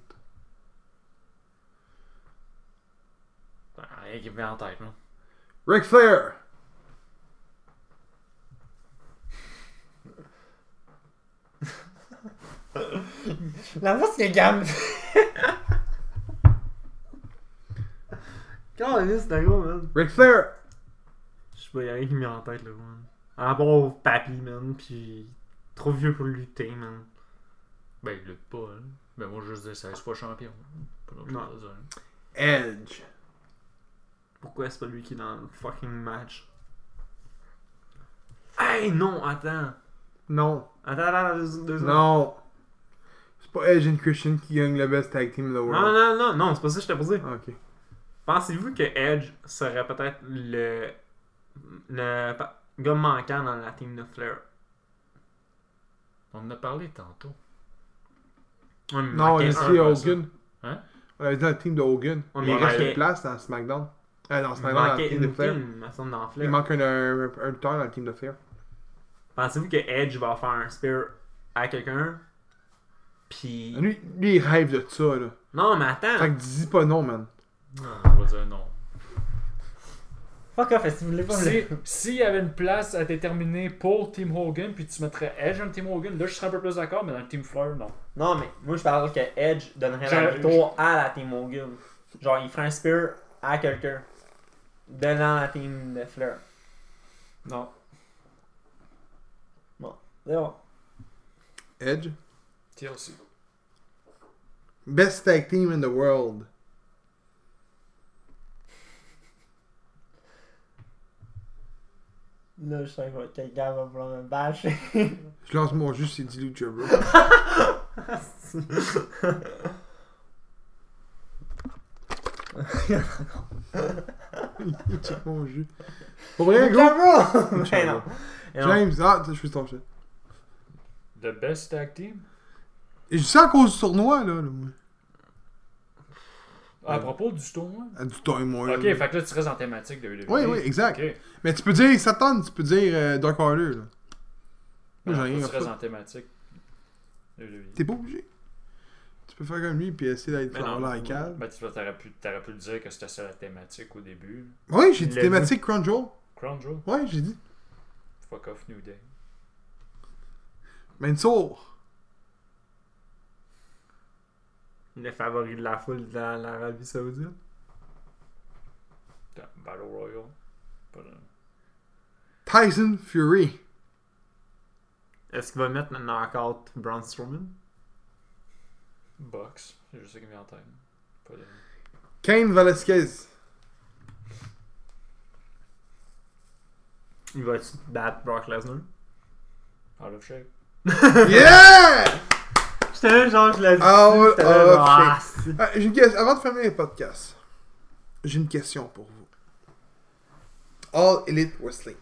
Speaker 3: Ben, rien qui me met en tête, là.
Speaker 1: Ric Flair.
Speaker 5: La voix, c'est gamme.
Speaker 2: Quand on est, c'est gros, man.
Speaker 1: Ric Flair!
Speaker 2: Je sais pas, y'a rien qui me vient en tête, là, man. En rapport au papy, man, pis trop vieux pour lutter, man.
Speaker 6: Ben, il lutte pas, hein. Ben, moi, je juste dire, ça reste pas champion. Pas d'autre
Speaker 2: Non.
Speaker 6: chose à dire.
Speaker 1: Edge.
Speaker 2: Pourquoi c'est pas lui qui est dans le fucking match? Hey, non, attends.
Speaker 1: Non.
Speaker 2: Attends, attends, deux, deux secondes.
Speaker 1: Non. C'est pas Edge and Christian qui gagne le best tag team in the
Speaker 2: Non,
Speaker 1: world.
Speaker 2: non, non, non, c'est pas ça que je t'ai posé.
Speaker 1: Ok.
Speaker 2: Pensez-vous que Edge serait peut-être le, le pa- gars manquant dans la team de Flair?
Speaker 6: On en a parlé tantôt.
Speaker 2: On lui
Speaker 1: Non, E on a
Speaker 2: manquait un,
Speaker 1: dit
Speaker 2: pas
Speaker 1: Hogan.
Speaker 6: Hein?
Speaker 1: On a dit dans le team de Hogan.
Speaker 2: On
Speaker 1: il
Speaker 2: manquait-
Speaker 1: reste une place dans SmackDown. Ah non,
Speaker 2: ça.
Speaker 1: SmackDown
Speaker 2: Il
Speaker 1: dans le
Speaker 2: manquait
Speaker 1: team de
Speaker 2: une
Speaker 1: Flair.
Speaker 2: team, me semble, dans
Speaker 1: Il
Speaker 2: Flair.
Speaker 1: manque un, un, un lutteur dans le team de Flair.
Speaker 2: Pensez-vous que Edge va faire un spear à quelqu'un? Puis...
Speaker 1: Lui, lui, il rêve de ça, là.
Speaker 2: Non, mais attends!
Speaker 1: Ah, Fait que dis pas non, man.
Speaker 6: Non, on va dire non.
Speaker 5: Fuck off, si vous voulez pas me le-
Speaker 3: Si- S'il y avait une place à déterminer pour Team Hogan, puis tu mettrais Edge dans Team Hogan, là je serais un peu plus d'accord, mais dans le Team Fleur, non.
Speaker 7: Non, mais moi je parle que Edge donnerait
Speaker 3: Je-
Speaker 7: la victoire à la Team Hogan. Genre, il ferait un spear à quelqu'un. Donnant la team de Flair.
Speaker 3: Non.
Speaker 7: C'est bon.
Speaker 1: Edge.
Speaker 3: TLC.
Speaker 1: Best tag team in the world.
Speaker 7: Là, je sais pas, quelqu'un va vouloir me bâcher.
Speaker 1: Je lance mon jus, c'est dit Lucha Bro. Il check mon jus. Pour vrai, gros?
Speaker 7: Cameron!
Speaker 1: Lucha
Speaker 7: Mais
Speaker 1: Bro.
Speaker 7: non. Mais non.
Speaker 1: James, ah, je suis ton chat.
Speaker 3: The best tag team?
Speaker 1: Et je sais à cause du tournoi, là. là moi.
Speaker 3: À propos du tournoi?
Speaker 1: Ah, Du tournoi, là.
Speaker 3: Ok, fait que là tu restes en thématique de WWE.
Speaker 1: Oui, oui, exact.
Speaker 3: Ok.
Speaker 1: Mais tu peux dire Satan, tu peux dire euh, Dark Order, là. Moi, j'ai
Speaker 3: Alors,
Speaker 1: rien
Speaker 3: tu
Speaker 1: à
Speaker 3: restes
Speaker 1: foutre.
Speaker 3: en thématique. WWE.
Speaker 1: T'es pas obligé. Tu peux faire comme lui puis essayer d'être
Speaker 3: Mais non,
Speaker 1: en
Speaker 3: mais-
Speaker 1: laical.
Speaker 3: mais Ben, tu vois, t'aurais pu, t'aurais pu le dire que c'était ça la thématique au début.
Speaker 1: Oui, j'ai dit
Speaker 3: Le-
Speaker 1: thématique Crown Jewel.
Speaker 3: Crown Jewel,
Speaker 1: Ouais, j'ai dit.
Speaker 3: fuck off New Day.
Speaker 1: Mansour.
Speaker 2: Le favori de la foule dans l'Arabie Saoudite.
Speaker 3: Dans Battle Royal. Pas de-
Speaker 1: Tyson Fury.
Speaker 2: Est-ce qu'il va mettre un knockout Braun Strowman?
Speaker 3: Box, c'est juste ça qui me vient en tête. Pas de-
Speaker 1: Kane Velasquez.
Speaker 2: Il va battre Brock Lesnar?
Speaker 3: Out of shape.
Speaker 1: Yeah! Euh,
Speaker 2: J'étais genre, je l'ai dit.
Speaker 1: Ah, ouais,
Speaker 2: j'étais
Speaker 1: ah,
Speaker 2: là, genre,
Speaker 1: shit.
Speaker 2: ah, c'est-
Speaker 1: Ah, j'ai une question. Avant de fermer les podcasts, j'ai une question pour vous. All Elite Wrestling.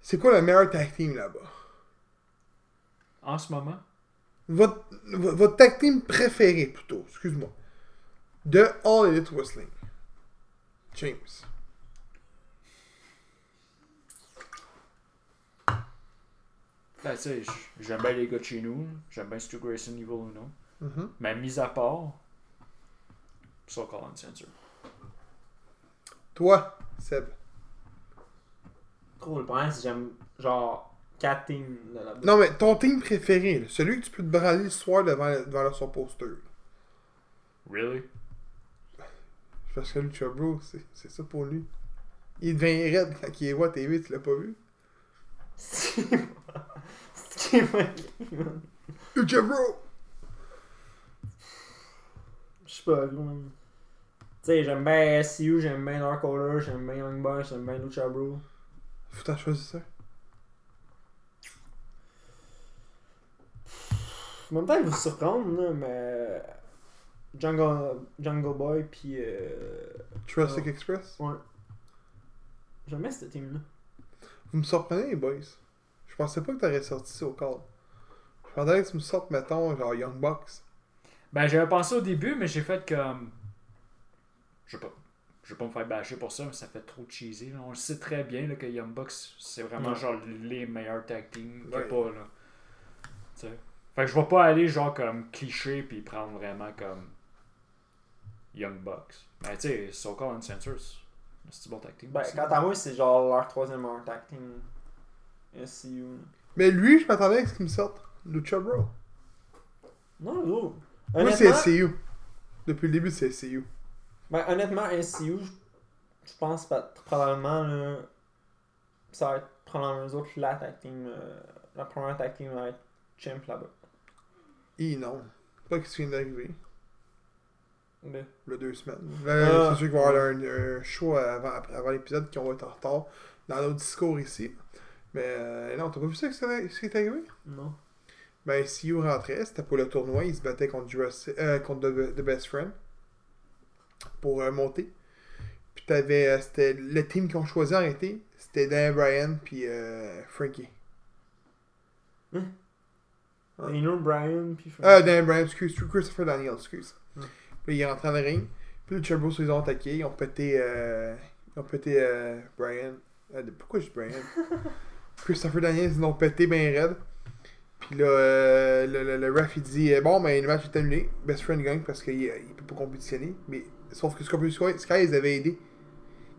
Speaker 1: C'est quoi le meilleur tag team là-bas?
Speaker 3: En ce moment,
Speaker 1: Votre, vo- votre tag team préféré, plutôt, excuse-moi, de All Elite Wrestling. James.
Speaker 3: ben, tu sais, j- j'aime bien les gars de chez nous. là. J'aime bien Stu Grayson, Evil ou non.
Speaker 7: Mm-hmm.
Speaker 1: Mhm.
Speaker 3: Mais mis à part, So Call Censor.
Speaker 1: Toi, Seb.
Speaker 7: Gros, le problème, c'est que j'aime genre 4 teams de la
Speaker 1: Non, mais ton team préféré, là, celui que tu peux te braler le soir devant, devant leur son poster.
Speaker 3: Really?
Speaker 1: Parce que Lucha Bro, c'est c'est ça pour lui. Il devient raide quand il est voit TV, tu l'as pas vu?
Speaker 7: C'est ce qui m'a
Speaker 1: Lucha Bro!
Speaker 7: Je sais pas, gros, man. Tu sais, j'aime bien SCU, j'aime bien Dark Order, j'aime bien Young Bucks, j'aime bien Lucha Bro.
Speaker 1: Faut t'en choisir ça.
Speaker 7: En même temps, ils vont se surprendre, là,
Speaker 2: euh,
Speaker 7: mais. Jungle, Jungle Boy, pis. Euh...
Speaker 1: Jurassic
Speaker 7: Oh.
Speaker 1: Express.
Speaker 7: Ouais. J'aime bien cette team-là.
Speaker 1: Vous me surprenez, les boys. Je pensais pas que t'aurais sorti ça au corps. Je pensais que tu me sortes, mettons, genre Young Bucks.
Speaker 3: Ben, j'avais pensé au début, mais j'ai fait comme. Je veux pas. Je veux pas me faire bâcher pour ça, mais ça fait trop cheesy. là. On le sait très bien là, que Young Bucks, c'est vraiment
Speaker 7: Ouais.
Speaker 3: genre les meilleurs tag teams qu'il y a
Speaker 1: Ouais.
Speaker 3: pas. Là. Tu sais. Fait que je vais pas aller genre comme cliché puis prendre vraiment comme Young Bucks. Ben, tu sais, So Call and Censors, c'est un bon tag team.
Speaker 7: Ben,
Speaker 3: aussi.
Speaker 7: quant à moi, c'est genre leur troisième heure tag team. SCU.
Speaker 1: Mais lui, je m'attendais à ce qu'il me sorte Lucha Bro.
Speaker 2: Non, gros.
Speaker 1: Moi, c'est SCU. Depuis le début, c'est SCU.
Speaker 2: Ben, honnêtement, SCU, je- je pense pas, probablement, là, ça va être probablement eux autres la tag team. euh, la première tag team va être Champ là-bas.
Speaker 1: Et non. Pas ce qui vient d'arriver.
Speaker 2: Mais-
Speaker 1: Le deux semaines. Là,
Speaker 2: Ah.
Speaker 1: c'est sûr qu'il va y avoir un, un show avant, après- avant l'épisode qui va être en retard dans notre discours ici. Mais euh, non, t'as pas vu ça que c'est- ce qui est arrivé?
Speaker 2: Non.
Speaker 1: Ben, SCU rentrait, c'était pour le tournoi, il se battait contre, Jurassic- euh, contre The, The Best Friend pour euh, monter. Puis t'avais, euh, c'était le team qu'ils ont choisi en été, c'était Dan Bryan puis euh, Frankie. Ouais.
Speaker 2: Daniel Bryan, puis
Speaker 1: Ah, Dan Bryan, excuse, Christopher Daniel, excuse.
Speaker 2: Hmm.
Speaker 1: Puis il est rentré dans le ring, puis les Chubros ils ont attaqué, ils ont pété, euh, ils ont pété euh, Bryan. Euh, pourquoi je dis Bryan? Christopher Daniels, ils l'ont pété bien raide. Puis là, euh, le, le, le ref, il dit euh, Bon, ben, le match est annulé. Best Friend gagne parce qu'il ne peut pas compétitionner. Mais, sauf que Scorpio Sky, Sky, ils avaient aidé.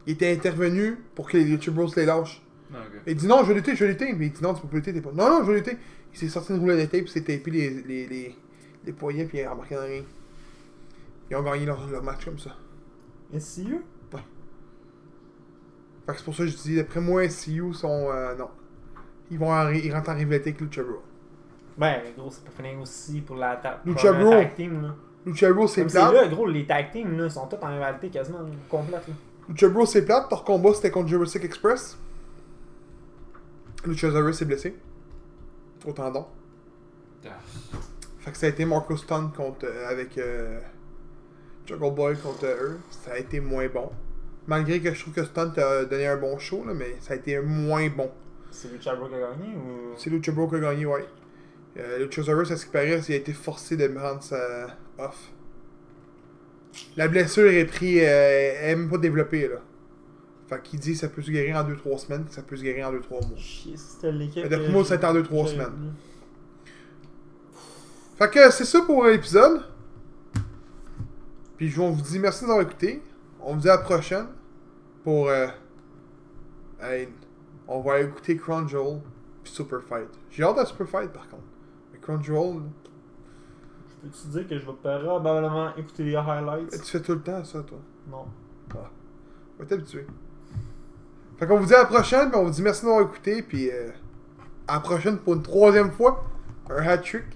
Speaker 1: Il était intervenu pour que les Lucha Bros les lâchent.
Speaker 3: Non, ok.
Speaker 1: Il dit non, je vais lutter, je vais lutter. Mais il dit non, tu peux pas lutter, t'es pas. Non, non, je vais lutter. Il s'est sorti une roulette de tape, il s'est tapé les, les, les, les poignets, puis il a embarqué dans le ring. Ils ont gagné leur, leur match comme ça.
Speaker 2: SCU?
Speaker 1: Fait que c'est pour ça que je dis, d'après moi, SCU sont. euh, non. Ils, vont en, ils rentrent en rivalité avec Lucha Bro.
Speaker 2: Ben, gros, ça peut finir aussi pour la ta-
Speaker 1: Lucha
Speaker 2: première
Speaker 1: Bro.
Speaker 2: tag team, là.
Speaker 1: Lucha Bro, c'est
Speaker 2: Comme C'est
Speaker 1: plate.
Speaker 2: là, gros, les tag teams, là, sont toutes en rivalité quasiment complète, là.
Speaker 1: Lucha Bro, c'est plate. Leur combat, c'était contre Jurassic Express. Luchasaurus s'est blessé. Au tendon.
Speaker 3: Ah.
Speaker 1: Fait que ça a été Marco Stunt contre, euh, avec euh, Jungle Boy contre eux. Ça a été moins bon. Malgré que je trouve que Stunt a donné un bon show, là, mais ça a été moins bon.
Speaker 2: C'est Lucha Bro qui a gagné ou.
Speaker 1: C'est Lucha Bro qui a gagné, ouais. Euh, Luchasaurus, à ce qui paraît, il a été forcé de me rendre ça euh, off. La blessure est prise, euh, elle est même pas développée, là. Fait qu'il dit que ça peut se guérir en 2-3 semaines, que ça peut se guérir en 2-3 mois.
Speaker 2: Chier, c'était l'équipe.
Speaker 1: Mais d'après
Speaker 2: que
Speaker 1: moi,
Speaker 2: j'ai-
Speaker 1: c'est en deux, trois
Speaker 2: j'ai-
Speaker 1: semaines. Fait que c'est ça pour l'épisode. Puis je- on vous dit merci d'avoir écouté. On vous dit à la prochaine pour. euh, hey, on va écouter Crown Jewel puis Super Fight. J'ai hâte à Super Fight par contre. Mais Crown Jewel,
Speaker 2: Je peux-tu dire que je vais probablement écouter les
Speaker 1: tu
Speaker 2: highlights?
Speaker 1: fais tout le temps ça toi. Ah,
Speaker 2: Non.
Speaker 1: On va t'habituer. Fait qu'on vous dit à la prochaine, puis on vous dit merci d'avoir écouté, puis euh, à la prochaine pour une troisième fois. Un hat-trick.